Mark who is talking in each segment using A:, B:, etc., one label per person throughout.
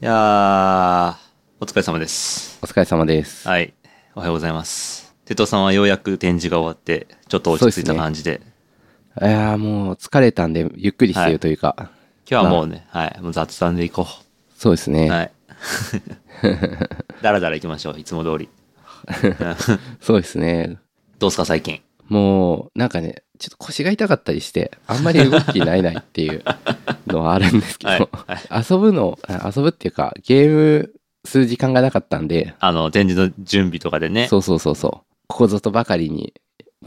A: いやー、お疲れ様です。
B: お疲れ様です。
A: はい。おはようございます。テトさんはようやく展示が終わって、ちょっと落ち着いた感じで。
B: いやーもう疲れたんで、ゆっくりしてるというか、
A: 今日はもうね、はい。もう雑談でいこ
B: そうです
A: う。
B: ね、
A: はい。だらだら行きましょう。いつも通り。
B: そうですね。
A: どうすか、最近。
B: もう、なんかね、ちょっと腰が痛かったりして、あんまり動きないないっていうのはあるんですけど、
A: はい
B: 遊ぶの、あ遊ぶっていうか、ゲームする時間がなかったんで、
A: あの、展示の準備とかでね。
B: そうそうそうそう、ここぞとばかりに、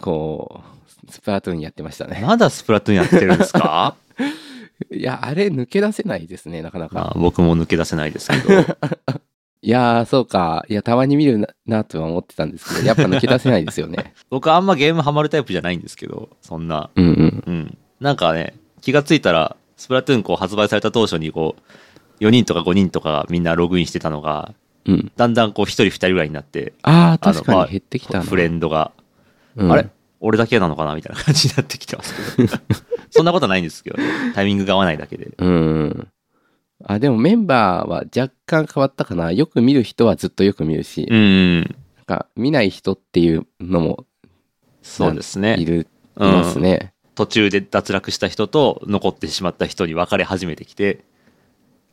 B: こう、スプラトゥーンやってましたね。
A: まだスプラトゥーンやってるんです か
B: いや、あれ抜け出せないですね、なかなか。
A: まあ、僕も抜け出せないですけど。
B: いやー、そうか。いや、たまに見るな、なとは思ってたんですけど、やっぱ抜け出せないです よね。
A: 僕あんまゲームハマるタイプじゃないんですけど、そんな。
B: うんうん。
A: うん。なんかね、気がついたら、スプラトゥーンこう発売された当初にこう、4人とか5人とかみんなログインしてたのが、
B: うん。
A: だんだんこう1人2人ぐらいになって、
B: ああ、
A: あの
B: 確かに減ってきたな。
A: フレンドが、
B: うん
A: あれ俺だけなのかなみたいな感じになってきてますけ ど。そんなことはないんですけど、タイミングが合わないだけで。
B: うん。あ、でもメンバーは若干変わったかな。よく見る人はずっとよく見るし、
A: うん。
B: なんか見ない人っていうのも
A: そうです
B: い
A: ね。
B: る、
A: うん
B: いますね。
A: 途中で脱落した人と残ってしまった人に分かれ始めてきて、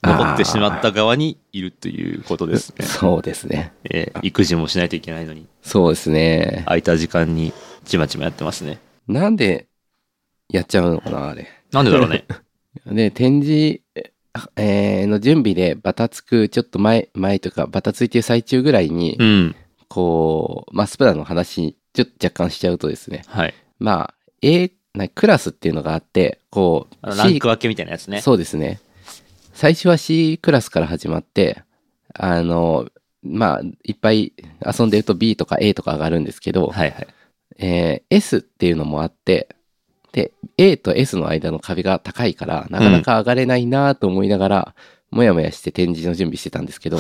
B: あー
A: 残ってしまった側にいるということですね。
B: そうですね。
A: えー育児もしないといけないのに、
B: そうですね。
A: 空いた時間にちまちまやってますね。
B: なんでやっちゃうのかな、あれ。
A: なんでだろうね。
B: で、展示、えーの準備でバタつく、ちょっと前、前というか、バタついてる最中ぐらいに、
A: うん。
B: こう、マスプラの話、ちょっと若干しちゃうとですね、
A: はい。
B: まあ、A、なクラスっていうのがあって、こう、
A: あの
B: C
A: ランク分けみたいなやつね。
B: そうですね。最初は C クラスから始まって、あの、まあ、いっぱい遊んでると B とか A とか上がるんですけど、
A: はいはい。
B: えー S っていうのもあって、で、A と S の間の壁が高いから、なかなか上がれないなと思いながら、もやもやして展示の準備してたんで すけど、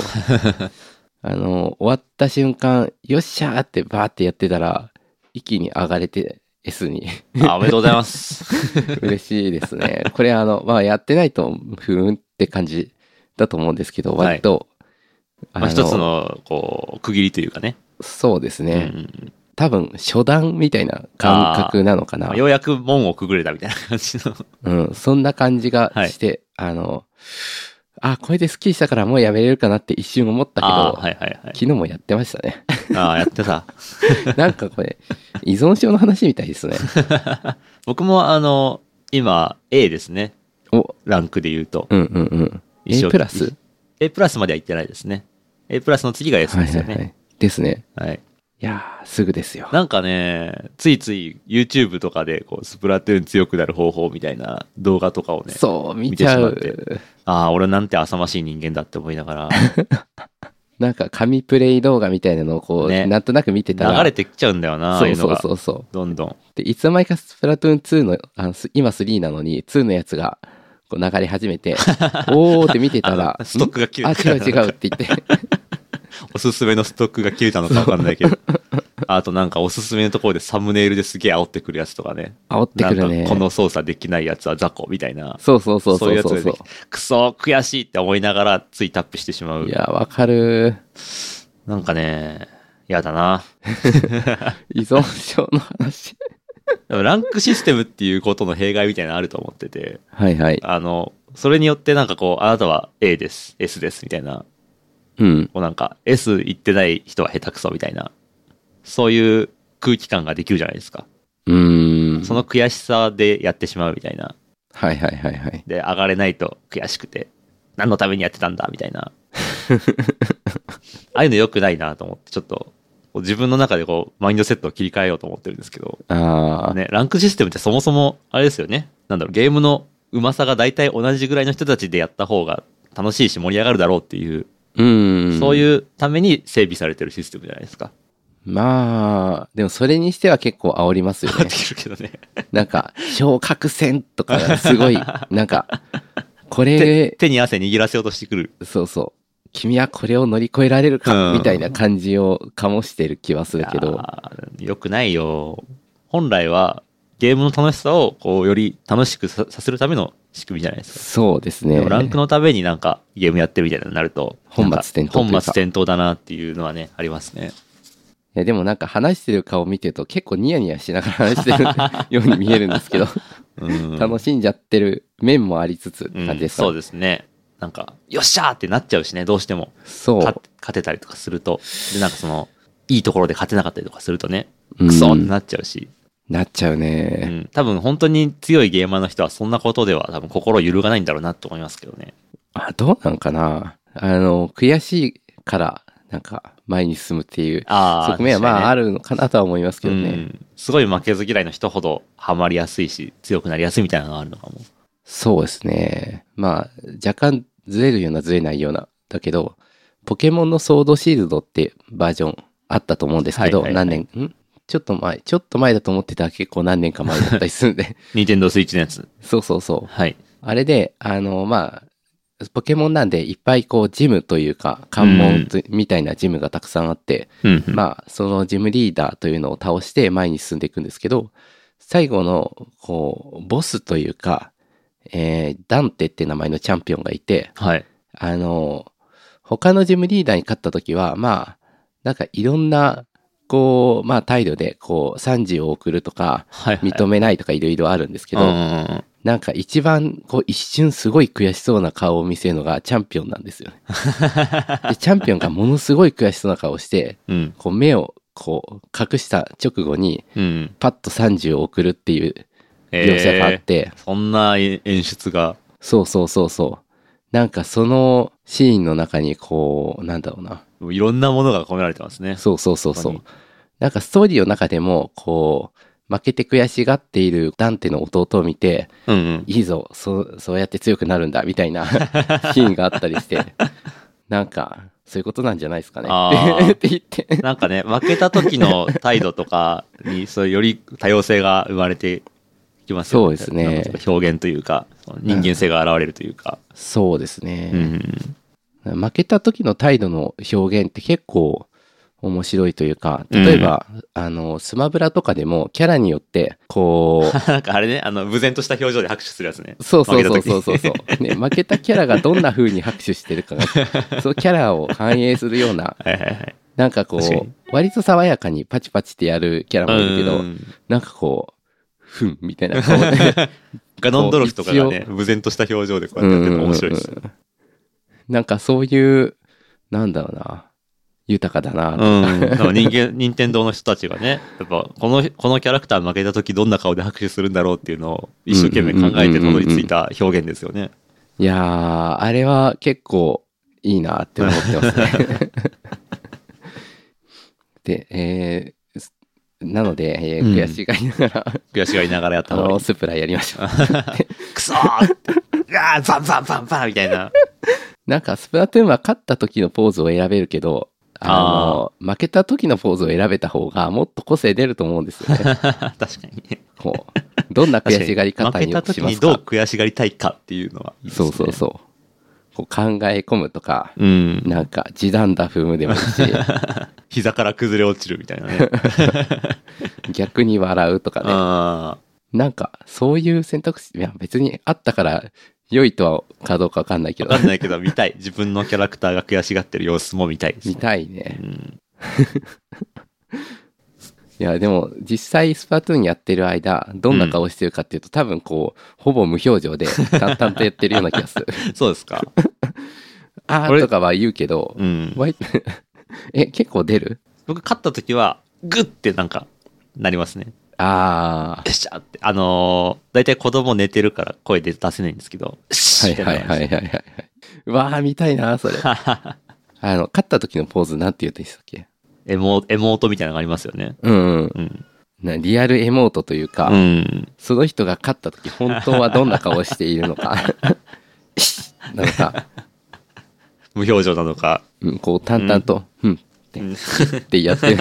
B: あの、終わった瞬間、よっしゃーってバーってやってたら、一気に上がれて S に。
A: あおめでとうございます。
B: 嬉しいですね。これあの、まあやってないと、ふーんって感じだと思うんですけど、
A: はい
B: 割と、
A: ま あ、一つの、こう、区切りというかね。
B: そうです
A: うんう
B: ね。
A: ん
B: 多分、初段みたいな感覚なのか
A: ま
B: な
A: あ。ようやく門をくぐれたみたいな感じの。
B: うん、そんな感じがして、あの、あ、これでスッキリしたからもうやめれるかなって一瞬思ったけど、
A: あーはいはいはい。
B: 昨日もやってましたね。
A: ああ、やってた。
B: なんかこれ、依存症の話みたいで すね。
A: 僕も、あの、今、A ですね。
B: お、
A: ランクで言うと。
B: うんうんうん。
A: 一緒
B: A プラス
A: A プラスまでは行ってないですね。A プラスの次が S
B: はい
A: です
B: は
A: よ
B: いは
A: ね。
B: い。ですね。
A: はい。
B: いやー、すぐですよ。
A: なんかね、ついつい YouTube とかで、こう、スプラトゥーン強くなる方法みたいな動画とかをね、
B: そう、見ちゃ
A: 見てしま
B: う。
A: ああ、俺なんて浅ましい人間 だって思いながら、
B: なんか紙プレイ動画みたいなのをこう、
A: ね
B: なんとなく見てたら。
A: 流れてきちゃうんだよな、ああ
B: そ
A: いううの
B: そう
A: が。
B: そうそう。
A: どんどん。
B: で、いつの間にかスプラトゥーン2の、あのす今3なのに、2のやつがこう流れ 始めて、おーって見てたら
A: あ、ストックが切れ
B: あ、
A: た
B: 違う違うって言 って。
A: おすすめのストックが切れたのかわかんないけど。 あとなんかおすすめのところでサムネイルですげえ煽ってくるやつとかね。
B: 煽ってくる
A: なん
B: ね。
A: かこの操作できないやつは雑魚みたいな。
B: そうそうそうそう
A: いやつ
B: そう
A: が
B: そ
A: 出てきてくそ、悔しいって思いながらついタップしてしま
B: う。
A: う
B: い。や、わかる。
A: なんかね、嫌だな。
B: 依存症の話。
A: でもランクシステムっていうことの弊害みたいなのあると思ってて。
B: はいはい。
A: あの、それによってなんかこう、あなたは A です、S ですみたいな。
B: うん。
A: こうなんか S 行ってない人は下手くそみたいな、そういう空気感ができるじゃないですか。
B: うーん。
A: その悔しさでやってしまうみたいな。
B: はいはいはいはい。
A: で、上がれないと悔しくて、何のためにやってたんだみたい な。ああいうの良くないなと思って、ちょっと、こう自分の中でこう、マインドセットを切り替えようと思ってるんですけど、
B: あー、
A: ね、ランクシステムってそもそも、あれですよね。なんだろう、ゲームのうまさが大体同じぐらいの人たちでやった方が楽しいし盛り上がるだろうっていう、
B: うーん。
A: そう
B: う。
A: いうために整備されてるシステムじゃないですか。
B: まあ、でもそれにしては結構煽りますよ
A: 変わ
B: ね
A: っ。てくるけどね。
B: なんか、昇格戦とか、すごい、 なんか、こ
A: 手
B: れ、
A: 手に汗握らせようとしてくる。
B: そうそう、君はこれを乗り越えられる
A: う
B: か、
A: ん
B: みたいな感じを醸してる気はするけど、
A: よくないよ。本来は、ゲームの楽しさを、こう、より楽しくささせるための仕組みじゃないですか。
B: そうですね
A: でもランクのためになんかゲームやってるみたいなのになると、
B: 本末
A: なんか
B: 転倒というか
A: 本末転倒だなっていうのはね、ありますね。
B: いやでもなんか話してる顔見てると結構ニヤニヤしながら話してるように見えるんですけど、
A: うん。
B: 楽しんじゃってる面もありつつって感じですか、
A: うんそうですね。なんか、よっしゃーってなっちゃうしね、どうしても。
B: そう
A: 勝勝てたりとかすると。で、なんかその、いいところで勝てなかったりとかするとね、
B: うん
A: クソってなっちゃうし、
B: なっちゃう
A: う
B: ね、
A: ん、多分本当に強いゲーマーの人はそんなことでは多分心揺るがないんだろうなと思いますけどね。
B: あどうなんかなあの悔しいからなんか前に進むっていう
A: ああ、
B: 側面はまああ
A: る
B: るのかなとは思いますけどね、
A: うん。すごい負けず嫌いの人ほどハマりやすいし、強くなりやすいみたいなのがあるのかも。
B: そうですねまあ若干ずれるようなずれないようなだけどポケモンのソードシールドってバージョンあったと思うんですけど、
A: はいはいはい
B: 何年んちょっと前ちょっと前だと思ってたら結構何年か前だったりする んで
A: ニンテンドースイッチのやつ。
B: そうそうそう
A: はい。
B: あれで、あの、まあ、ポケモンなんでいっぱいこうジムというか関門とみたいなジムがたくさんあって、
A: うんうん。
B: まあそのジムリーダーというのを倒して前に進んでいくんですけど最後のこうボスというか、えーダンテって名前のチャンピオンがいて
A: はい。
B: あの他のジムリーダーに勝った時はまあなんかいろんなこうまあ態度でこう賛辞を送るとか
A: はい、はい。
B: 認めないとかいろいろあるんですけど、
A: うんうんうん
B: なんか一番こう一瞬すごい悔しそうな顔を見せるのがチャンピオンなんです よね。でチャンピオンがものすごい悔しそうな顔をして
A: うん。
B: こう目をこう隠した直後に
A: うん。
B: パッと30を送るっていう
A: えー
B: 描写があって、
A: そんな演出が。
B: そうそうそうそうなんかそのシーンの中にこうなんだろうな
A: もういろんなものが込められてますね。
B: そうそうそうそ
A: 本
B: う
A: 当
B: なんかストーリーの中でもこう負けて悔しがっているダンテの弟を見て
A: うんうん。
B: いいぞそうそうやって強くなるんだみた いなシーンがあったりしてなんかそういうことなんじゃないですか
A: あ
B: ね
A: ー
B: って言って
A: なんかね、負けた時の態度とかに、そういうより多様性が生まれてきますよね。
B: そうですね
A: なんか表現というか、その人間性が現れるというか。
B: そうです
A: うんう
B: ね、
A: ん
B: 負けた時の態度の表現って結構面白いというか例えば、あのスマブラとかでもキャラによってこ う
A: なんかあれね、あの、無然とした表情で拍手するやつね。
B: そうそうそうそうそう
A: 負けた
B: そう ね負けたキャラがどんな風に拍手してる かがそのキャラを反映するような
A: はいはいはい。
B: なんかこ
A: 確か
B: う
A: に
B: 割と爽やかにパチパチってやるキャラもいるけど、
A: うん
B: なんかこう、ふんみたいな顔で。
A: ガノンドロフとかがね、無然とした表情でこうやってやってるの面白いですね。
B: うんうんうんなんかそういう、なんだろうな、豊かだな。
A: うん。だから人間、任天堂の人たちがね、やっぱ、この、このキャラクター負けた時どんな顔で拍手するんだろうっていうのを一生懸命考えてたどり着いた表現ですよね。
B: いやー、あれは結構いいなって思ってます ね。で、えーすなので、えー
A: うん
B: 悔しがりながら、
A: 悔しがりながらやった
B: あ
A: 方がい
B: の、
A: い。
B: スプラやりましょう。
A: くそーって、うわーバンバンバンバンみたいな。
B: なんか、スプラトゥーンは勝った時のポーズを選べるけど、あの、負けた時のポーズを選べた方が、もっと個性出ると思うんです よね。
A: 確かにね。
B: こう、どんな悔しがり
A: 確
B: 方
A: かに
B: に
A: 負
B: し
A: け
B: ま
A: た時
B: すか
A: にどう悔しがりたいかっていうのはいいです
B: そ
A: ね。
B: うそうそう。こう考え込むとか、
A: う。うん。
B: なんか、時短だ踏むでもい いし、
A: 膝から崩れ落ちるみたいな ね。
B: 逆に笑うとかね。
A: あ
B: なんか、そういう選択肢、いや、別にあったから、良いとは、かどうかわかんないけ
A: ー
B: ど
A: わか、んないけど、見たい。自分のキャラクターが悔しがってる様子も見たいです
B: 見
A: ね。
B: たいうね。
A: ん。
B: いや、でも、実際、スプラトゥーンやってる間、どんな顔してるかっていうと、多分こう、ほぼ無表情で、淡々とやってるような気がする。
A: そうですか。
B: あー
A: 俺
B: とかは言うけど、
A: うん。
B: 割と え、結構出る
A: 僕勝った時はグッてなんかなりますねよ
B: あ
A: っしゃってあのー、大体子供寝てるから声で出せないんですけどよっ
B: あ、は
A: しゃ
B: い
A: って
B: はいはいはいはいはい。うわあ、見たいな、それ。
A: はい
B: あの、勝った時のポーズなんて言うんでしたっけ
A: エモエモートみたいなのがありますよね
B: うんうん。
A: うん、
B: なリアルエモートというか、
A: うん、
B: その人が勝った時本当はどんな顔をしている のか、なのか、
A: 無表情なのか
B: うん、こう淡々と、うん、って、ってやってる。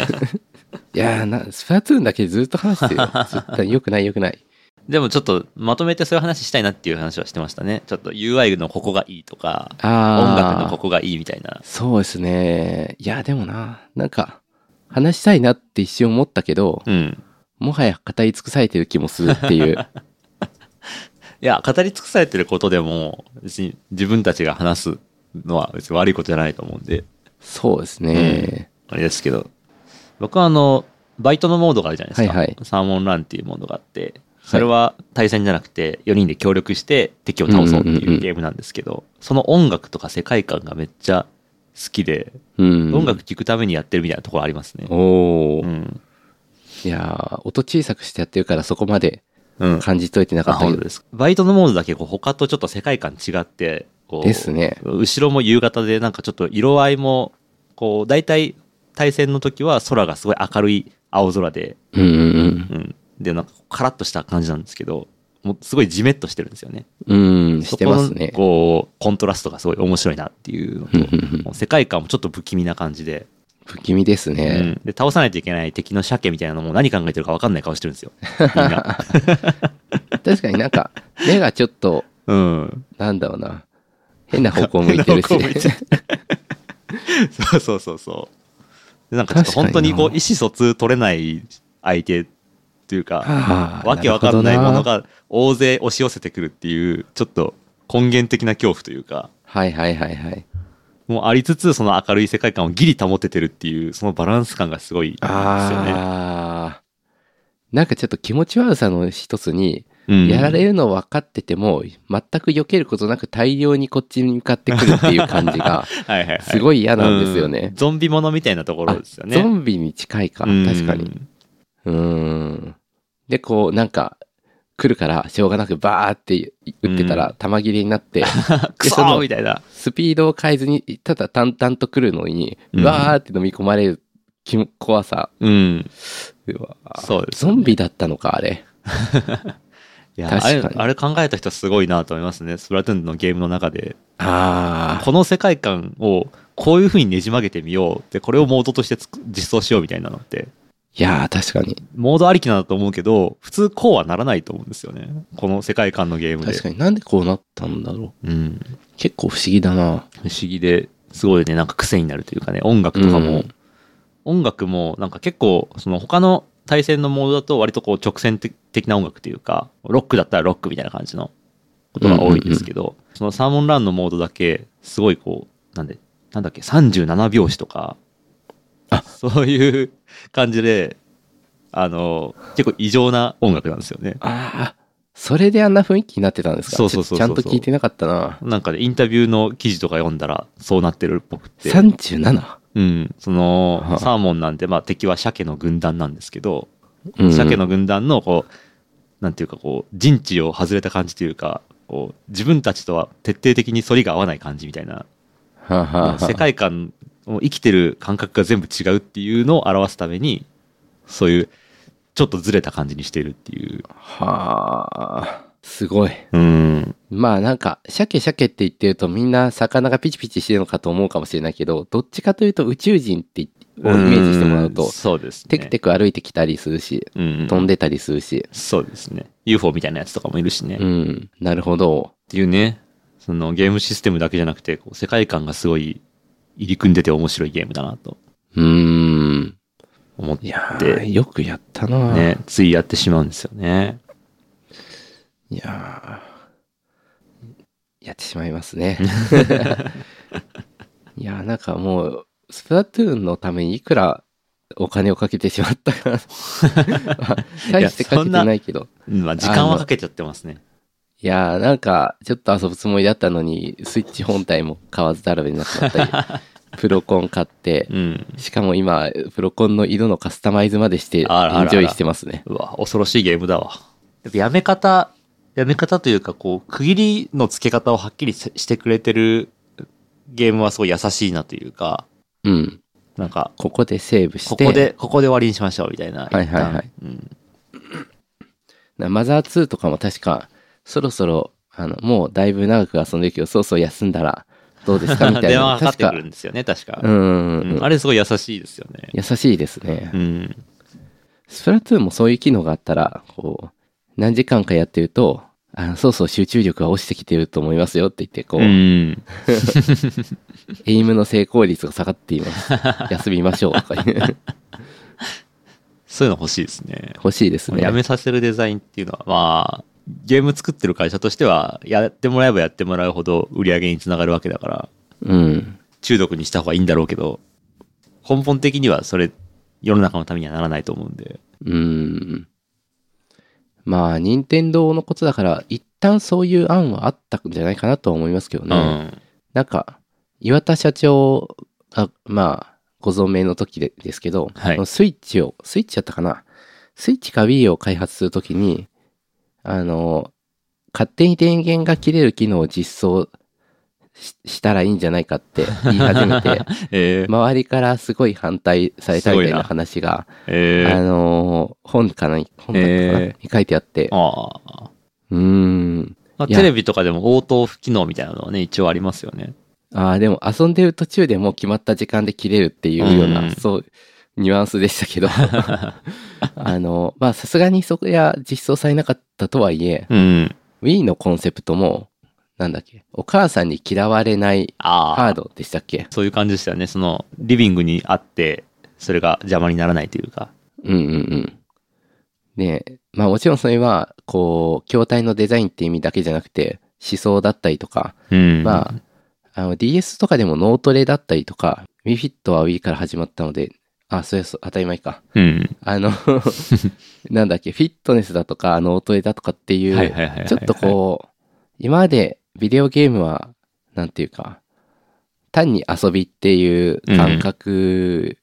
B: いやーな、スプラトゥーンだけずっと話してるよ。ずっとよくないよくない。
A: でもちょっとまとめてそういう話したいなっていう話はしてましたねちょっと UI のここがいいとか
B: あー
A: 音楽のここがいいみたいな
B: そうですね。いや、でもな、なんか、話したいなって一瞬思ったけど、
A: うん
B: もはや語り尽くされてる気もするっていう。
A: いや、語り尽くされてることでも、別に自分たちが話すのは別に悪いことじゃないと思うんで、
B: そうですね。
A: あれですけど、僕はあの、バイトのモードがあるじゃないですか。
B: はいはい
A: サーモンランっていうモードがあって、それは対戦じゃなくて、4人で協力して敵を倒そうって
B: うんうんうん
A: いううんゲームなんですけど、その音楽とか世界観がめっちゃ好きで、
B: うん。
A: 音楽聴くためにやってるみたいなところありますね。
B: おお、
A: うん。
B: いやー音小さくしてやってるからそこまで
A: うん。
B: 感じといてなか
A: あ
B: ったけ
A: 本
B: ど
A: 当ですかバイトのモードだけこう他とちょっと世界観違って、こう
B: ですね
A: 後ろも夕方でなんかちょっと色合いも、こう、大体対戦の時は空がすごい明るい青空で、
B: うんうん
A: うん。で、なんか、カラッとした感じなんですけど、もうすごいジメッとしてるんですよね。
B: うんうんしてますね
A: そこのこう、コントラストがすごい面白いなっていうのと
B: うんうんうん
A: もう世界観もちょっと不気味な感じで、
B: 不気味です
A: う
B: ね、
A: ん。で、倒さないといけない敵の鮭みたいなのも何考えてるか分かんない顔してるんですよ。みん な。
B: 確かになんか目がちょっと
A: うん。
B: なんだろうな変な方向向いてるし
A: 変な方向向いてるそうそうそうそう。でなんかちょっと本当にこう、意思
B: 確かにな
A: 疎通取れない相手っていうか、
B: あー
A: わけわかんないもの
B: るほど
A: が大勢押し寄せてくるっていう、ちょっと根源的な恐怖というか、
B: はいはいはいはい
A: もうありつつ、その明るい世界観をギリ保ててるっていう、そのバランス感がすごいですよね。
B: ああなんかちょっと気持ち悪さの一つに、
A: うん
B: やられるの分かってても全く避けることなく大量にこっちに向かってくるっていう感じが
A: はいはいはい、
B: すごい嫌なんですよ
A: う
B: ね
A: ん、ゾンビものみたいなところですよね。
B: あゾンビに近いか
A: うん
B: 確かに。うーんでこうなんか来るからしょうがなくバーって打ってた
A: う
B: ら弾切れにな って、
A: クソ
B: その
A: ーみたいな。
B: スピードを変えずにただ淡々と来るのに
A: うん
B: バーって飲み込まれる気も怖さ
A: うん。
B: うわー
A: そうですよ
B: ゾ
A: ね
B: ンビだったのかあれ
A: いや
B: 確
A: あ
B: か
A: れ、
B: に
A: あれ考えた人すごいなと思いますね。スプラトゥーンのゲームの中で。
B: あ
A: この世界観をこういう風にねじ曲げてみよう。で、これをモードとしてつく実装しようみたいなのって。
B: いやー確かに
A: モードありきなんだと思うけど、普通こうはならないと思うんですよね。この世界観のゲームで。
B: 確かになんでこうなったんだろう
A: うん。
B: 結構不思議だな
A: 不思議ですごいねなんか癖になるというかね音楽とかも、
B: うん
A: 音楽もなんか結構その他の対戦のモードだと割とこう直線的な音楽というかロックだったらロックみたいな感じのことが多いんですけど、そのサーモンランのモードだけすごいこうなんでなんだっけ37拍子とか
B: あ
A: そういう感じであの結構異常な音楽なんですよね。
B: ああそれであんな雰囲気になってたんですか
A: そうそうそうそう
B: ちょっとちゃんと聞いてなかったな
A: なんかねインタビューの記事とか読んだらそうなってるっぽくって。
B: 37
A: うん、そ
B: は
A: の
B: あ
A: サーモンなんて、まあ、敵は鮭の軍団なんですけど、
B: うん
A: 鮭の軍団のこうなんていうかこう陣地を外れた感じというかこう自分たちとは徹底的に反りが合わない感じみたいな
B: はあはあはあ
A: 世界観を生きてる感覚が全部違うっていうのを表すためにそういうちょっとずれた感じにしているっていう
B: はあすごい
A: うん
B: まあなんか、鮭鮭って言ってるとみんな魚がピチピチしてるのかと思うかもしれないけど、どっちかというと宇宙人ってイメージしてもらう
A: うん
B: と、
A: そうですね
B: テクテク歩いてきたりするし、
A: うん
B: 飛んでたりするし、
A: そうですね UFO みたいなやつとかもいるしね、
B: うん、なるほど。
A: っていうね、そのゲームシステムだけじゃなくて、こう世界観がすごい入り組んでて面白いゲームだなと
B: うーん。
A: 思って
B: い、やー、よくやったな、
A: ね、ついやってしまうんですよね。
B: いやー、やってしまいます ね。いやー、なんかもう、スプラトゥーンのためにいくらお金をかけてしまっ たかな。大してかけてないけど。
A: うんまあ、時間はかけちゃってますね。
B: いやーなんか、ちょっと遊ぶつもりだったのに、スイッチ本体も買わずだらべになっちゃった り、プロコン買って
A: う、ん。
B: しかも今、プロコンの色のカスタマイズまでして、エンジ
A: あらあらあら
B: ョイしてますね。
A: うわ、恐ろしいゲームだわ。やっぱやめ方、やめ方というか、こう、区切りの付け方をはっきりししてくれてるゲームはすごい優しいなというか、
B: うん。
A: なんか、
B: ここでセーブし
A: こ
B: て、
A: こで、ここで終わりにしましょうみたいな。
B: はいはいはい
A: 一旦。うん
B: なマザー2とかも確か、そろそろ、あの、もうだいぶ長く遊んでるけど、そろそろ休んだら、どうですかみたいな。
A: 電話がかかってくるん
B: 確
A: ですよね、確か。
B: か。うん
A: うん
B: うん。
A: あれすごい優しいですよね。
B: 優しいですね。
A: うん。
B: スプラトゥーンもそういう機能があったら、こう、何時間かやってると、あの、そうそう集中力が落ちてきてると思いますよって言って、こう、
A: うん。
B: エイムの成功率が下がって います。休みましょうとかいう。
A: そういうの欲しいですね。
B: 欲しいですね。
A: やめさせるデザインっていうのは、まあ、ゲーム作ってる会社としては、やってもらえばやってもらうほど売り上げにつながるわけだから、
B: うん。
A: 中毒にした方がいいんだろうけど、根本的にはそれ、世の中のためにはならないと思うんで。
B: うん。まあ、任天堂のことだから、一旦そういう案はあったんじゃないかなとは思いますけど
A: う
B: ね。
A: ん。
B: なんか、岩田社長が、まあ、ご存命の時でですけど、
A: はい
B: そのスイッチを、スイッチやったかなスイッチか Wii を開発するときに、あの、勝手に電源が切れる機能を実装ししたらいいんじゃないかって言い始 めて、
A: えー
B: 周りからすごい反対されたみたいな話が、
A: え
B: あ
A: ー
B: の、本かな本だったかな、
A: え
B: に書いてあって、
A: ああ。
B: うーん。
A: まあ、
B: いや
A: テレビとかでも応答不機能みたいなのはね、一応ありますよね。
B: ああ、でも遊んでる途中でもう決まった時間で切れるっていうような、
A: うん
B: そう、ニュアンスでし たけど。あの、まあさすがにそこや実装されなかったとはいえ、
A: うん。
B: Wii のコンセプトも、なんだっけ、お母さんに嫌われない
A: ああ。
B: ハードでしたっけ
A: そういう感じでしたよね。その、リビングにあって、それが邪魔にならないというか。
B: うんうんうん。で、まあもちろんそれは、こう、筐体のデザインって意味だけじゃなくて、思想だったりとか、
A: うん
B: まあ、あの DS とかでも脳トレだったりとか、WeFit は Wii から始まったので、あ、そうそう、当たり前か。
A: うん。
B: あの、 なんだっけ、フィットネスだとか、脳トレだとかってい
A: はいはいはいは
B: う、
A: い
B: ちょっとこう、今までビデオゲームは、なんていうか、単に遊びっていう感覚、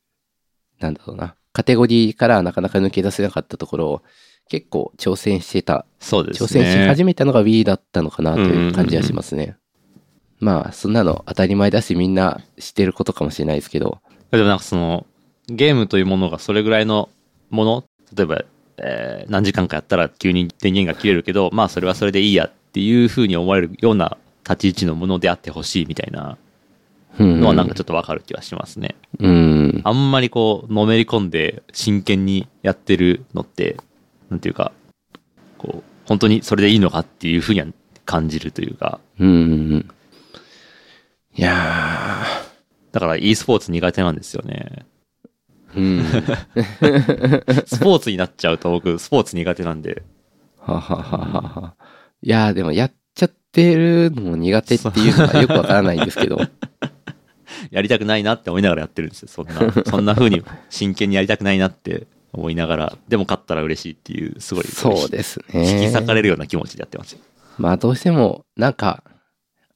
B: なんだろうな、カテゴリーからなかなか抜け出せなかったところを、結構挑戦してた、
A: そうですね。
B: 挑戦し始めたのが Wii だったのかなという感じはしますね。まあ、そんなの当たり前だし、みんな知ってることかもしれないですけど、
A: でもなんかその、ゲームというものがそれぐらいのもの、例えば、えー何時間かやったら急に電源が切れるけど、まあそれはそれでいいやっていうふうに思われるような立ち位置のものであってほしいみたいなの
B: の
A: はなんかちょっとわかる気はしますね。
B: うん、
A: あんまりこう、のめり込んで真剣にやってるのって、なんていうか、こう、本当にそれでいいのかっていうふうには感じるというか、
B: うんうんうん。いや
A: だから e スポーツ苦手なんですよね。
B: ー、うん。
A: スポーツになっちゃうと僕、スポーツ苦手なんで。
B: ははははは。いやー、でもやっちゃってるのも苦手っていうのはよくわからないんです けど。
A: やりたくないなって思いながらやってるんですよ。そ んな、そんな風に真剣にやりたくないなって思いながら、でも勝ったら嬉しいっていう、すごい、
B: そうです
A: 引き
B: ね。
A: 裂かれるような気持ちでやってますよ。
B: まあどうしても、なんか、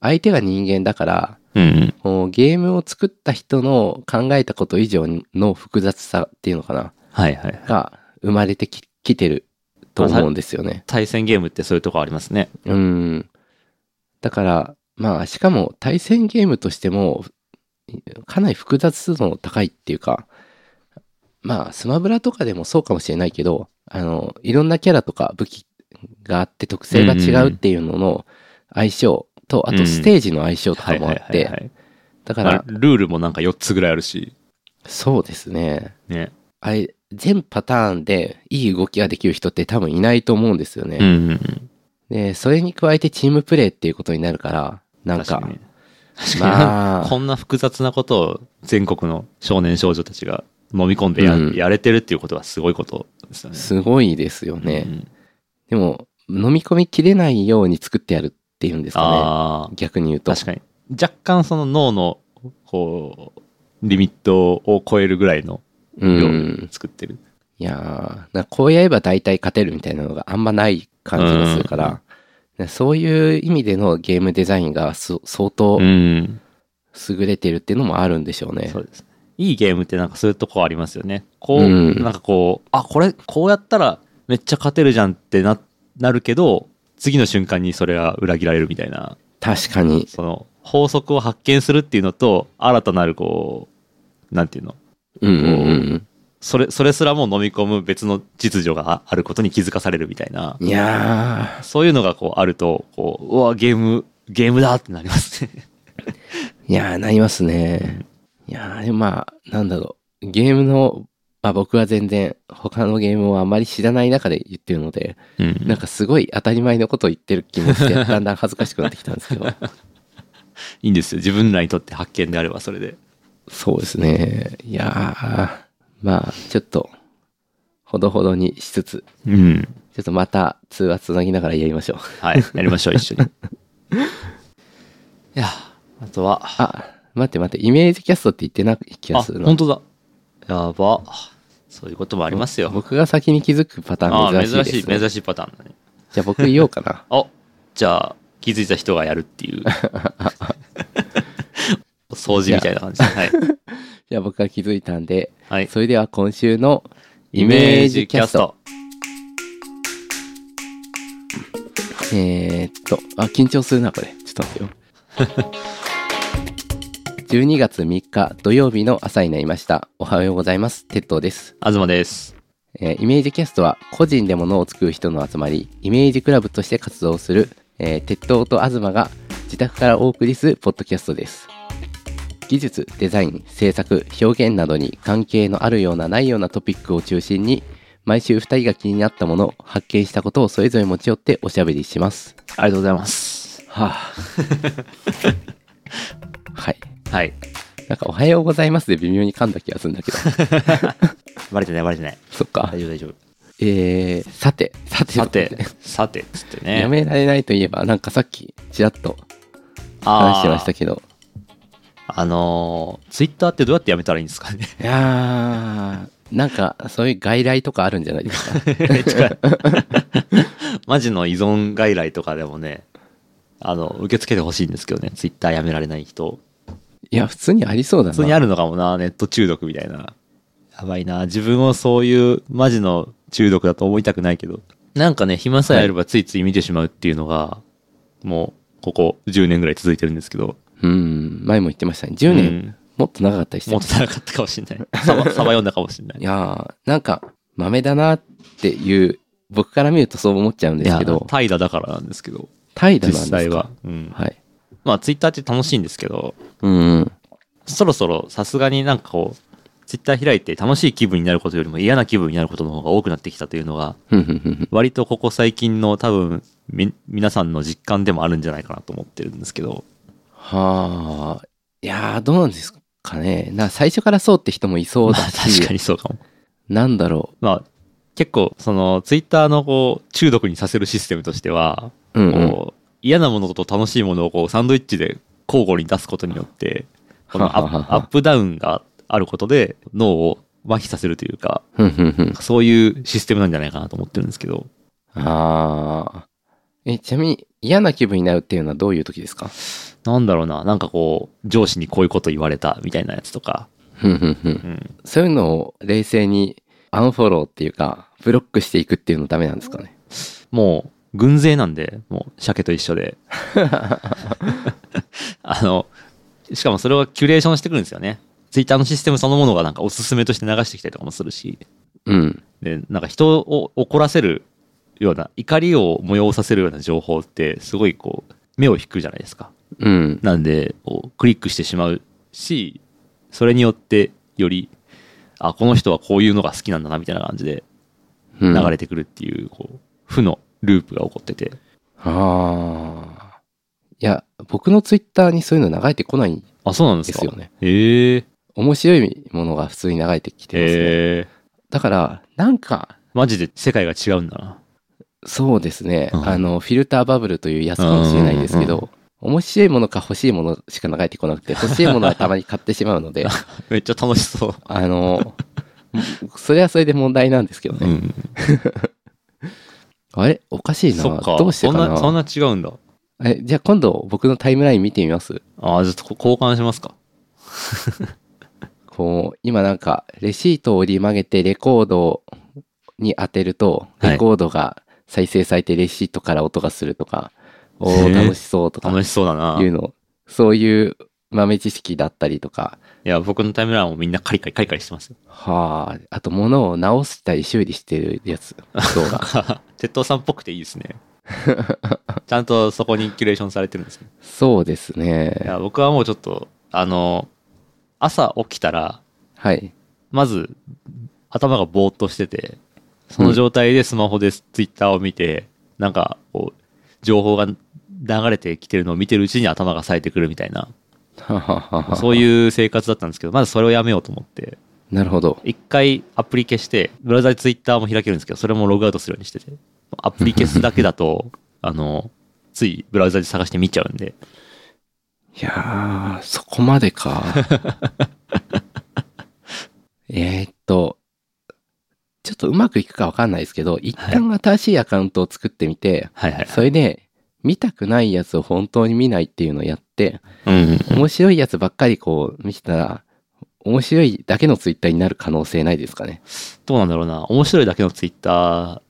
B: 相手が人間だから、
A: うん。
B: こうゲームを作った人の考えたこと以上の複雑さっていうのかな、
A: はいはい。
B: が生まれてききてると思うんですよね。
A: 対戦ゲームってそういうとこありますね。
B: うん。だから、まあ、しかも対戦ゲームとしても、かなり複雑度の高いっていうか、まあ、スマブラとかでもそうかもしれないけど、あの、いろんなキャラとか武器があって特性が違うっていうのの相性と、
A: うん
B: あとステージの相性と
A: は
B: か
A: い
B: も
A: は
B: あ
A: い
B: っ
A: はい、は
B: て、
A: い。
B: だか
A: まあ
B: ら、
A: ルールもなんか4つぐらいあるし、
B: そうですね。
A: ね。
B: あれ、全パターンでいい動きができる人って多分いないと思うんですよね。
A: んん。
B: で、それに加えてチームプレーっていうことになるから、なん
A: 確
B: か、
A: かにね。確か
B: まあ、
A: に。こんな複雑なことを全国の少年少女たちが飲み込んでや,、
B: うん
A: やれてるっていうことはすごいことですよね。
B: すごいですよね。
A: うん
B: でも、飲み込みきれないように作ってやるっていうんですか
A: ああ
B: ね。。逆に言うと。
A: 確かに。若干その脳の、こう、リミットを超えるぐらいの
B: う
A: 量
B: ん。
A: 作ってる。
B: いやーなんかこうやれば大体勝てるみたいなのがあんまない感じがするから、そういう意味でのゲームデザインがそ相当
A: ん。
B: 優れてるっていうのもあるんでしょうね
A: そ。うです。いいゲームってなんかそういうとこありますよね。こう、
B: うん
A: なんかこう、あ、これ、こうやったらめっちゃ勝てるじゃんってな、なるけど、次の瞬間にそれは裏切られるみたいな、
B: 確かに。
A: その、法則を発見するっていうのと、新たなるこう、なんていうの
B: うんうん
A: それ、それすらも飲み込む別の秩序がああることに気づかされるみたいな
B: うん。。いや
A: そういうのがこうあると、こう、うわ、ゲーム、ゲームだってなりますね。
B: ー、いやーなりますね。いやーでもまあ、なんだろう。ゲームの、まあ僕は全然他のゲームをあまり知らない中で言ってるので、
A: うん
B: なんかすごい当たり前のことを言ってる気もして、だんだん恥ずかしくなってきたん ですけど。
A: いいんですよ。自分らにとって発見であればそれで。
B: そうですね。いやー、まあ、ちょっと、ほどほどにしつつ、
A: うん。
B: ちょっとまた通話つなぎながらやりましょう。
A: はい。やりまし ょう、一緒に。いや、あとは、
B: あ、待って待って、イメージキャストって言ってない気が
A: あ、
B: する
A: 本
B: な。
A: 当だ。やば。そういうこともありますよ。
B: 僕が先に気づくパタ
A: あ
B: ーン
A: ー
B: 珍しい
A: 珍
B: です、
A: し
B: ね。
A: い、珍しいパターンだね。。
B: じゃあ僕言おうかな
A: あ、じゃあ、気づいた人がやるって いう。掃除みたいな感じ。はい。
B: じゃあ僕が気づいたんで、
A: はい。
B: それでは今週の
A: イメージキャスト。
B: えー、っと、あ、緊張するな、これ。ちょっと待ってよ。12月3日土曜日の朝になりました。おはようございます。鉄道です。
A: 東です。
B: えーイメージキャストは個人で物を作る人の集まり、イメージクラブとして活動する、えー鉄道と東が自宅からお送りするポッドキャストです。技術、デザイン、制作、表現などに関係のあるようなないようなトピックを中心に、毎週2人が気になったもの、発見したことをそれぞれ持ち寄っておしゃべりします。
A: ありがとうございます。
B: はあ。 はい。
A: はい。
B: なんか、おはようございますで微妙に噛んだ気がするん だけど。
A: バレてない、バレてない。
B: そっか
A: 大。丈夫、大丈夫。
B: えー、さて、さて、
A: さて、 さて、つってね。
B: やめられないといえば、なんかさっき、ちらっと
A: あー
B: 話してましたけど。
A: あのツイッター Twitter ってどうやってやめたらいいんですかね
B: いやー、なんか、そういう外来とかあるんじゃないです か。
A: マジの依存外来とかでもね、あの、受け付けてほしいんですけどね、ツイッターやめられない人。
B: いや、普通にありそうだな。
A: 普通にあるのかもな、ネット中毒みたいな。やばいな、自分をそういうマジの中毒だと思いたくないけど。なんかね、暇さえあればついつい見てしまうっていうのが、もう、ここ10年ぐらい続いてるんですけど、
B: うん、前も言ってましたね。10年、
A: うん
B: もっと長かったりして
A: 持
B: ま
A: っ
B: した
A: なかったかもしれ ない。さば、さば読んだかもしれない
B: い。やー、なんか、豆だなっていう、僕から見るとそう思っちゃうんですけど、
A: 怠惰だからなんですけど、
B: 態度
A: 実
B: なんですか
A: 際は。うん。
B: はい。
A: まあ、ツイッターって楽しいんですけど、
B: うんうん。
A: そろそろさすがになんかこう、ツイッター開いて楽しい気分になることよりも嫌な気分になることの方が多くなってきたというのが、
B: ふんふんふんふん
A: 割とここ最近の多分、み、皆さんの実感でもあるんじゃないかなと思ってるんですけど、
B: はあ。いやー、どうなんですかね。な、最初からそうって人もいそうだ
A: まあ確か
B: し、
A: にそうかも。
B: なんだろ
A: まあ、結構、その、ツイッターのこう、中毒にさせるシステムとしては、
B: う。うん、うん。
A: こう、嫌なものと楽しいものをこう、サンドイッチで交互に出すことによって、このア
B: ははは
A: ップ
B: は
A: アップダウンがあることで、脳を麻痺させるというか、
B: ふんふんふん。
A: そういうシステムなんじゃないかなと思ってるんですけど、
B: ああ。え、ちなみに嫌な気分になるっていうのはどういう時で すか
A: なんだろうな、なんかこう、上司にこういうこと言われたみたいなやつとか、
B: ふんふんふ
A: う
B: ん。
A: ん。
B: そういうのを冷静にアンフォローっていうか、ブロックしていくっていうのダメなんですかね。
A: もう、軍勢なんで、もう、鮭と一緒 で。あの、しかもそれはキュレーションしてくるんですよね。ツイッターのシステムそのものがなんかおすすめとして流してきたりとかもするし、
B: うん。
A: で、なんか人を怒らせるような、怒りを催させるような情報って、すごいこう、目を引くじゃないですか。
B: うん。
A: なんで、こうクリックしてしまうし、それによって、より、あ、この人はこういうのが好きなんだな、みたいな感じで
B: うん、
A: 流れてくるっていう、こう、負のループが起こってて。
B: ああ。いや、僕のツイッターにそういうの流れてこないん
A: あ、そうなんで
B: ですす
A: か
B: よね。
A: へえ
B: 面白いものが普通に流れてきてますね。
A: へえ
B: だから、なんか、
A: マジで世界が違うんだな。
B: そうですね、
A: うん
B: あの、フィルターバブルというやつかもしれないですけど、
A: うん
B: 面白いものか欲しいものしか流れてこなくて、欲しいものはたまに買ってしまうので、
A: めっちゃ楽しそう。
B: あの、 それはそれで問題なんですけどね。
A: ん。
B: あれおかしいな。
A: そっか。
B: どうしてかな
A: そんな、そんな違うんだ。
B: えじゃあ今度僕のタイムライン見てみます
A: あ、ちょっとこ交換しますか。
B: こう、今なんか、レシートを折り曲げてレコードに当てると、
A: はい
B: レコードが再生されてレシートから音がするとか、お
A: へ
B: ー
A: ー
B: 楽しそうとか、
A: 楽しそうだな。
B: いう
A: い
B: の、そういう豆知識だったりとか、
A: や、僕のタイムラインもみんなカリカリカリカリしてますよ。
B: はあ、あと物を直したり修理してるや つ、動
A: なん
B: 画。
A: か、鉄塔さんっぽくていいですね。ちゃんとそこにキュレーションされてるんですね。
B: そうです
A: い
B: ね。
A: や、僕はもうちょっと、あの、朝起きたら、
B: はい。
A: まず、頭がぼーっとしてて、その状態でスマホでツイッターを見て、なんか、こう、情報が流れてきてるのを見てるうちに頭が冴えてくるみたいな、
B: はははは
A: そういう生活だったんですけど、まずそれをやめようと思って、
B: なるほど。
A: 一回アプリ消して、ブラウザでツイッターも開けるんですけど、それもログアウトするようにしてて、アプリ消すだけだと、 あの、ついブラウザで探して見ちゃうんで、
B: いやー、そこまで か。えーっと、ちょっとうまくいくかわかんないですけど、一旦新しいアカウントを作ってみて、
A: はいはい。
B: それで、見たくないやつを本当に見ないっていうのをやって、
A: うん。
B: 面白いやつばっかりこう見てたら、面白いだけのツイッターになる可能性ないですかね。
A: どうなんだろうな。面白いだけのツイッター
B: あ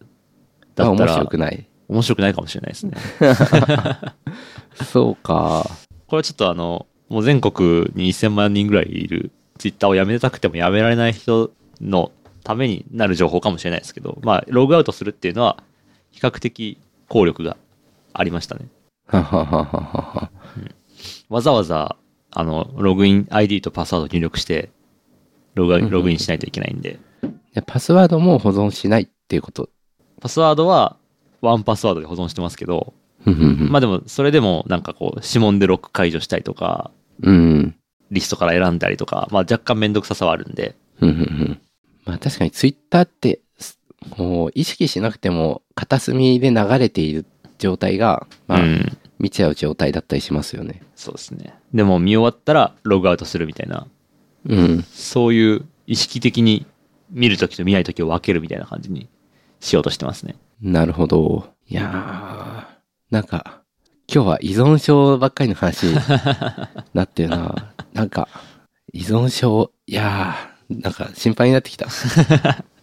A: だった
B: 面
A: ら、
B: 白くない。
A: 面白くないかもしれないですね。
B: そうか。
A: これはちょっとあの、もう全国に1000万人ぐらいいるツイッターをやめたくてもやめられない人のためになる情報かもしれないですけど、まあ、ログアウトするっていうのは比較的効力がありましたね。
B: ははははは。
A: わざわざ、あの、ログイン ID とパスワードを入力して、ログアログインしないといけないんで、
B: じゃあパスワードも保存しないっていうこと。
A: パスワードはワンパスワードで保存してますけど、まあでも、それでもなんかこう、指紋でロック解除したりとか、
B: うん。
A: リストから選んだりとか、まあ若干めんどくささはあるんで、
B: うんうんうんまあ確かにツイッターって、すこう、意識しなくても片隅で流れている状態が、まあ、
A: うん
B: 見ちゃう状態だったりしますよね。
A: そうですね。でも見終わったらログアウトするみたいな、
B: うん。
A: そういう意識的に見るときと見ないときを分けるみたいな感じにしようとしてますね。
B: なるほど。いやー、なんか、今日は依存症ばっかりの 話になってるな。なんか、依存症、いやー、なんか心配になってきた。う
A: い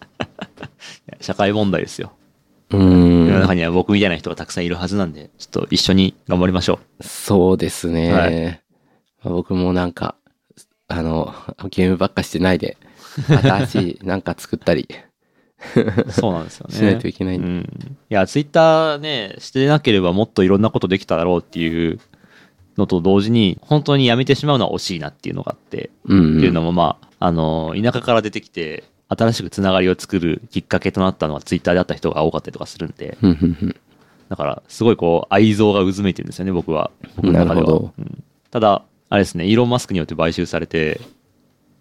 A: や社会問題ですよ。
B: ー
A: 世の中
B: ん。
A: には僕みたいな人がたくさんいるはずなんで、ちょっと一緒に頑張りましょ
B: そうですね。
A: は
B: まあ僕もなんか、あの、ゲームばっかしてな いで、新しいなんか作ったり
A: う。そうなんですよね。
B: しないといけないん
A: う
B: で。
A: ん。いや、ツイッターね、してなければもっといろんなことできただろうっていうのと同時に、本当にやめてしまうのは惜しいなっていうのがあって、
B: うん、うん。
A: っていうのもまあ、あの、田舎から出てきて、新しくつながりを作るきっかけとなったのはツイッターであった人が多かったりとかするんで、
B: うんうんうん
A: だからすごいこう愛憎が渦めいてるんですよね、僕は。僕の中で
B: なる
A: は。
B: ほど
A: うんただ、あれですね、イーロン・マスクによって買収されて、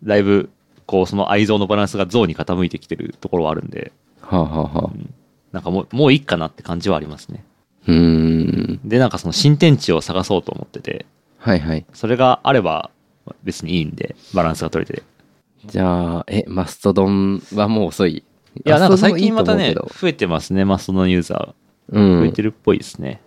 A: だいぶ、こう、その愛憎のバランスが憎に傾いてきてるところはあるんで、
B: はあ、はあはあ、
A: なんかもう、もういいかなって感じはありますね。
B: うーん。
A: で、なんかその新天地を探そうと思ってて、
B: はいはい。
A: それがあれば別にいいんで、バランスが取れてて。
B: じゃあ、え、マストドンはもう遅い。
A: いや、なんか最近
B: マ
A: ま
B: スト
A: た
B: ドンい
A: ね、
B: いと思う
A: 増えてますね、マストのユーザー。
B: けどう
A: 増え
B: ん。
A: てるっぽいですね。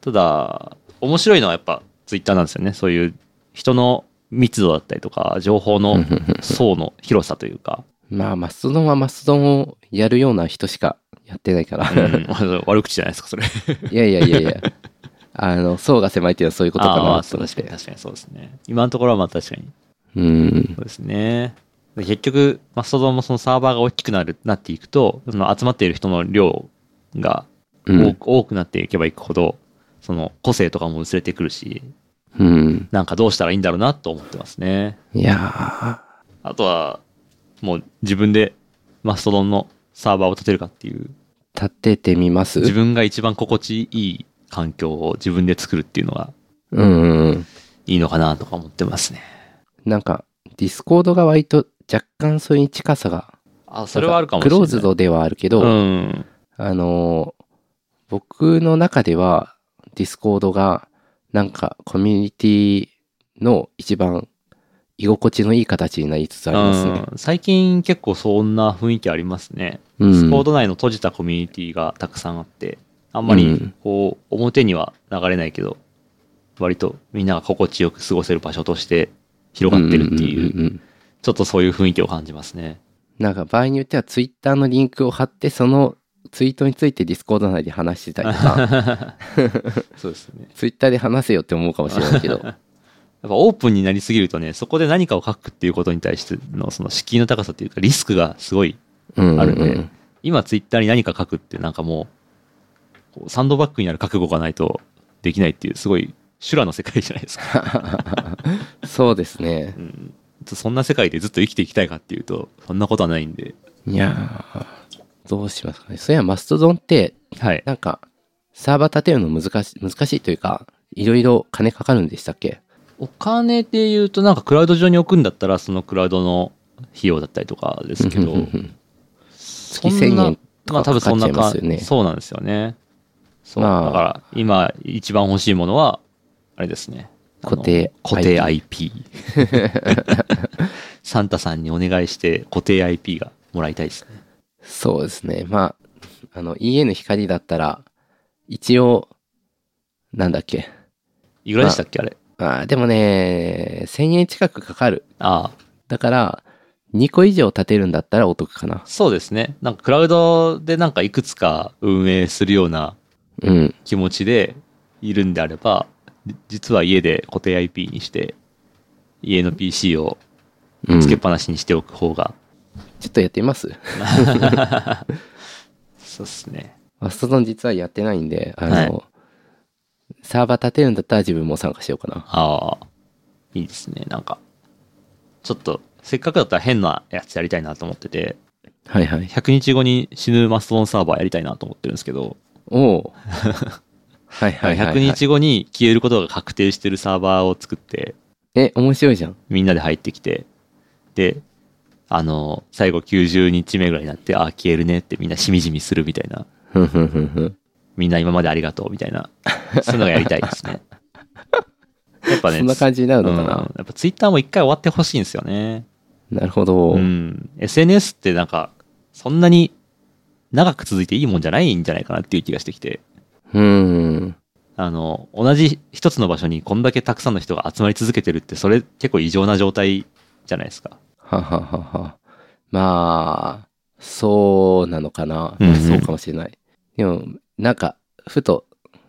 A: ただ、面白いのはやっぱツイッターなんですよね。そういう人の密度だったりとか、情報の層の広さというか、
B: まあ、マストドンはマストドンをやるような人しかやってないから。
A: うん 悪口じゃないですか、それ。
B: いやいやいやいや。あの、層が狭いっていうのはそういうことか
A: あ
B: な
A: あ、
B: と
A: そう
B: 思っ
A: 確かに
B: て。
A: 確かにそうですね。今のところはまあ確かに。
B: うん。
A: そうですね。で結局、マストドンもそのサーバーが大きくなる、なっていくと、その集まっている人の量が多,、
B: うん
A: 多くなっていけばいくほど、その個性とかも薄れてくるし、
B: うん。
A: なんかどうしたらいいんだろうなと思ってますね。
B: いやー。
A: あとは、もう自分でマストドンのサーバーを立てるかっていう、
B: 立ててみます
A: 自分が一番心地いい環境を自分で作るっていうのが
B: うんうんうん。
A: いいのかなとか思ってますね。
B: なんか、ディスコードが割と若干そういう近さが。
A: あ、それはあるかもしれ
B: ク
A: ない。
B: ローズドではあるけど、
A: うん。
B: あのー僕の中ではディスコードがなんかコミュニティの一番居心地のいい形になりつつありますね。
A: うん最近結構そんな雰囲気ありますね。
B: うん
A: スコード内の閉じたコミュニティがたくさんあって、あんま
B: うん
A: りこう表には流れないけど、割とみんなが心地よく過ごせる場所として広がってるってい
B: んん
A: う、
B: んん
A: ちょっとそういう雰囲気を感じますね。
B: なんか場合によってはツイッターのリンクを貼ってそのツイートについてディスコード内で話してたりと か
A: そうですね。
B: ツイッターで話せよって思うかもしれないけど
A: やっぱオープンになりすぎるとね、そこで何かを書くっていうことに対してのその敷居の高さっていうかリスクがすごい、
B: うん
A: あるね
B: うんうん
A: 今ツイッターに何か書くってなんかもう、こうサンドバッグになる覚悟がないとできないっていう、すごい修羅の世界じゃないですか。
B: そうですね
A: うん、そんな世界でずっと生きていきたいかっていうと、そんなことはないんで。
B: いやーどうしますかねそれはマストドンって
A: はい。
B: なんか、サーバー立てるの難し難しいというか、いろいろ金かかるんでしたっけ
A: お金で言うとなんかクラウド上に置くんだったら、そのクラウドの費用だったりとかですけど、
B: 月1000円と
A: ま
B: か
A: あ多分
B: かか
A: そ
B: っ
A: ん
B: ち
A: な
B: ゃ
A: い
B: ます
A: 感
B: よね。
A: そうなんですよね。そう。
B: まあ
A: だから、今、一番欲しいものは、あれですね。あの
B: 固定
A: 固定 IP。サ ンタさんにお願いして、固定 IP がもらいたいですね。
B: そうですね。まあ、あの、EN 光だったら、一応、なんだっけ。
A: いくらでしたっけ、あれ。
B: あーでもね、1000円近くかかる。
A: ああ、
B: だから、2個以上建てるんだったらお得かな。
A: そうですね。なんか、クラウドでなんかいくつか運営するような
B: うん。
A: 気持ちでいるんであれば、じ実は家で固定 IP にして、家の PC を
B: うん、
A: つけっ
B: ちょ
A: ぱなしにしておく方が、
B: っとやってみます
A: そうですね。
B: マストドン実はやってないんで、あの、
A: はい
B: サーバー立てるんだったら自分も参加しようかな。
A: ああ、いいですね。なんか、ちょっと、せっかくだったら変なやつやりたいなと思ってて、
B: はいはい。
A: 100日後に死ぬマストドンサーバーやりたいなと思ってるんですけど、
B: おう はいはいはい、はい。
A: 100日後に消えることが確定してるサーバーを作って、
B: え、面白いじゃん。
A: みんなで入ってきて、で、あの、最後90日目ぐらいになって、ああ、消えるねってみんなしみじみするみたいな、
B: ふんふんふんふん。
A: みんな今までありがとうみたいな、 そういうのがやりたいですね。やっぱね、
B: そんな感じになるのか
A: うん
B: な。
A: やっぱツイッターも一回終わってほしいんですよね。
B: なるほど。
A: うん、SNS ってなんか、そんなに長く続いていいもんじゃないんじゃないかなっていう気がしてきて、
B: うん。
A: あの、同じ一つの場所にこんだけたくさんの人が集まり続けてるって、それ結構異常な状態じゃないですか。
B: はははは。まあ、そうなのかな。
A: うんうん
B: そうかもしれない。でも、なんか、ふと、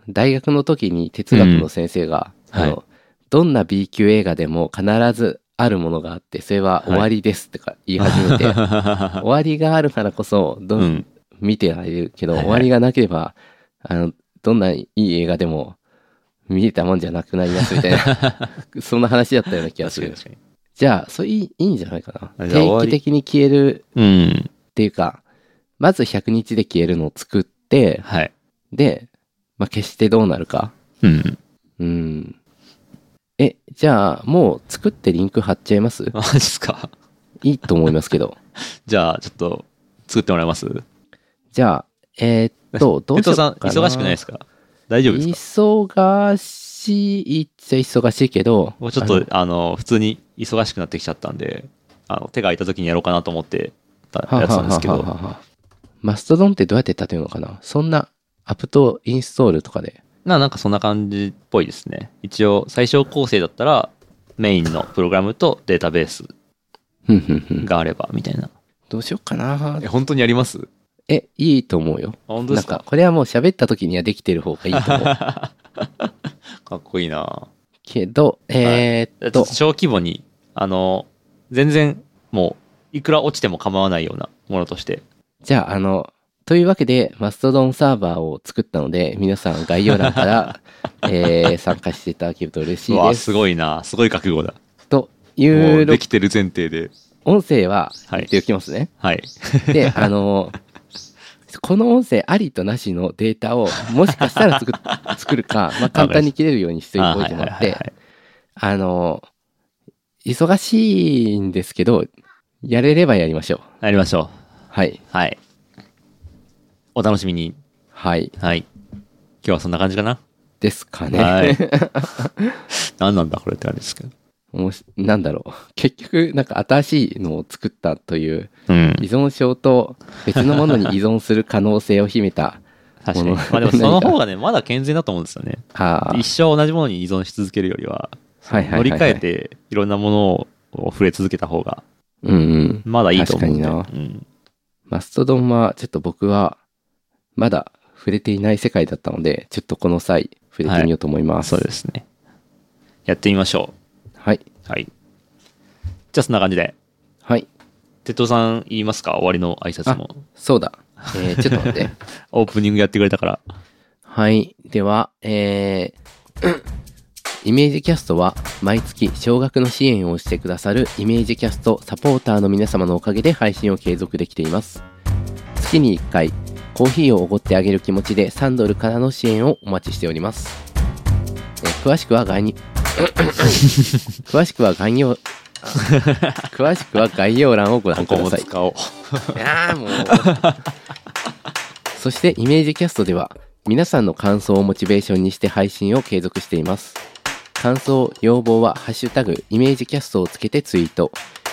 B: 大学の時に哲学の先生が、
A: うん
B: あの、
A: は
B: どんな B 級映画でも必ずあるものがあって、それは終わりですってか言い始めて、 終わりがあるからこそ、どん、
A: うん。
B: 見てられるけど、
A: はいはい
B: 終わりがなければ、あの、どんないい映画でも、見れたもんじゃなくなりますみた いな、そんな話だったような気がする。
A: 確かに。
B: じゃあ、それいいいいんじゃないかな。
A: じゃあ終わ
B: 定期
A: り
B: 的に消える
A: うん。
B: っていうか、まず100日で消えるのを作って、
A: はい。
B: で、まあ、消してどうなるか。
A: うん。
B: うん。え、じゃあ、もう作ってリンク貼っちゃいます
A: マジっすか。
B: いいと思いますけど。
A: じゃあ、ちょっと、作ってもらえます
B: じゃあ、えーっ と、どうし
A: 哲
B: よう
A: 夫さん、
B: かな。
A: 忙しくないですか大丈夫ですか
B: 忙しいっちゃ忙しいけど、
A: もうちょっ
B: あ
A: と
B: の、
A: あの、普通に忙しくなってきちゃったんで、あの、手が空いた時にやろうかなと思ってた
B: は
A: やつ
B: は
A: なんですけ
B: はは
A: ど、
B: はマストドンってどうやって立てるのかなそんな、アップとインストールとかで。
A: ななんかそんな感じっぽいですね。一応、最小構成だったら、メインのプログラムとデータベース
B: ふんふんふん。
A: があれば、みたいな。
B: どうしよっかな
A: 本当にやります
B: え、いいと思うよ。
A: 本当で
B: なん
A: すか
B: か、これはもう喋った時にはできてる方がいいと 思う。
A: かっこいいな
B: けど、えーっ
A: ちょ
B: と
A: っと、小規模に、あの、全然、もう、いくら落ちても構わないようなものとして。
B: じゃあ、あの、というわけで、マストドンサーバーを作ったので、皆さん概要欄から、えー参加していただけると嬉し
A: う
B: い
A: わ
B: で
A: あ
B: す。
A: すごいなすごい覚悟だ。
B: とい
A: も
B: う
A: う
B: ろ
A: できてる前提で。
B: 音声は
A: はい
B: 言っておきますね。
A: はい。
B: で、あの、この音声ありとなしのデータをもしかしたら作っ作るか、まあ、簡単に切れるようにしておい てもらって、あの、忙しいんですけど、やれればやりましょう。
A: やりましょ
B: はい。
A: う。はい。お楽しみに。
B: はい。
A: はい。今日はそんな感じかな。
B: ですかね。
A: はい。 何なんだこれってあれですけど。
B: もしなんだろう。結局、なんか新しいのを作ったという、
A: うん
B: 依。存症と別のも のに依存する可能性を秘めた、
A: 確かに。
B: こ
A: まあ
B: の
A: でもその方がね、まだ健全だと思うんですよね。
B: あー
A: 一生同じものに依存し続けるよりは、
B: はいはいはいは
A: 乗
B: い
A: り換えていろんなものを触れ続けた方が、
B: うんうん。
A: まだいいと思うんで。
B: 確
A: うん。
B: マストドンは、ちょっと僕は、まだ触れていない世界だったので、ちょっとこの際、触れてみようと思います。
A: そうですね。やってみましょ
B: はい。
A: う。はい。じゃあそんな感じで。
B: はい。
A: 哲夫さん言いますか終わりの挨拶も。
B: そうだ。えー、ちょっと待って。
A: オープニングやってくれたから。
B: はい。では、えー イメージキャストは毎月少額の支援をしてくださるイメージキャストサポーターの皆様のおかげで配信を継続できています。月に1回、コーヒーをおごってあげる気持ちで3ドルからの支援をお待ちしております。えー詳しくは概に、詳しくは概要、詳しくは概要欄をご覧
A: こ
B: く
A: こも
B: ださい。
A: 使おう。
B: ああ、もう。そしてイメージキャストでは皆さんの感想をモチベーションにして配信を継続しています。感想、要望はハッシュタグイメージキャストをつけてツイート。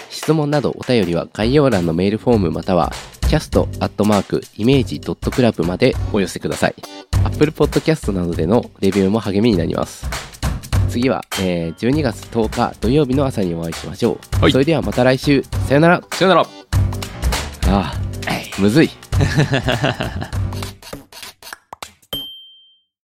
B: 質問などお便りは概要欄のメールフォームまたは cast.image.club までお寄せください。Apple Podcast などでのレビューも励みになります。次は、えー12月10日土曜日の朝にお会いしましょう。
A: はい
B: それではまた来週。さよなら。
A: さよなら
B: ああ、むずい。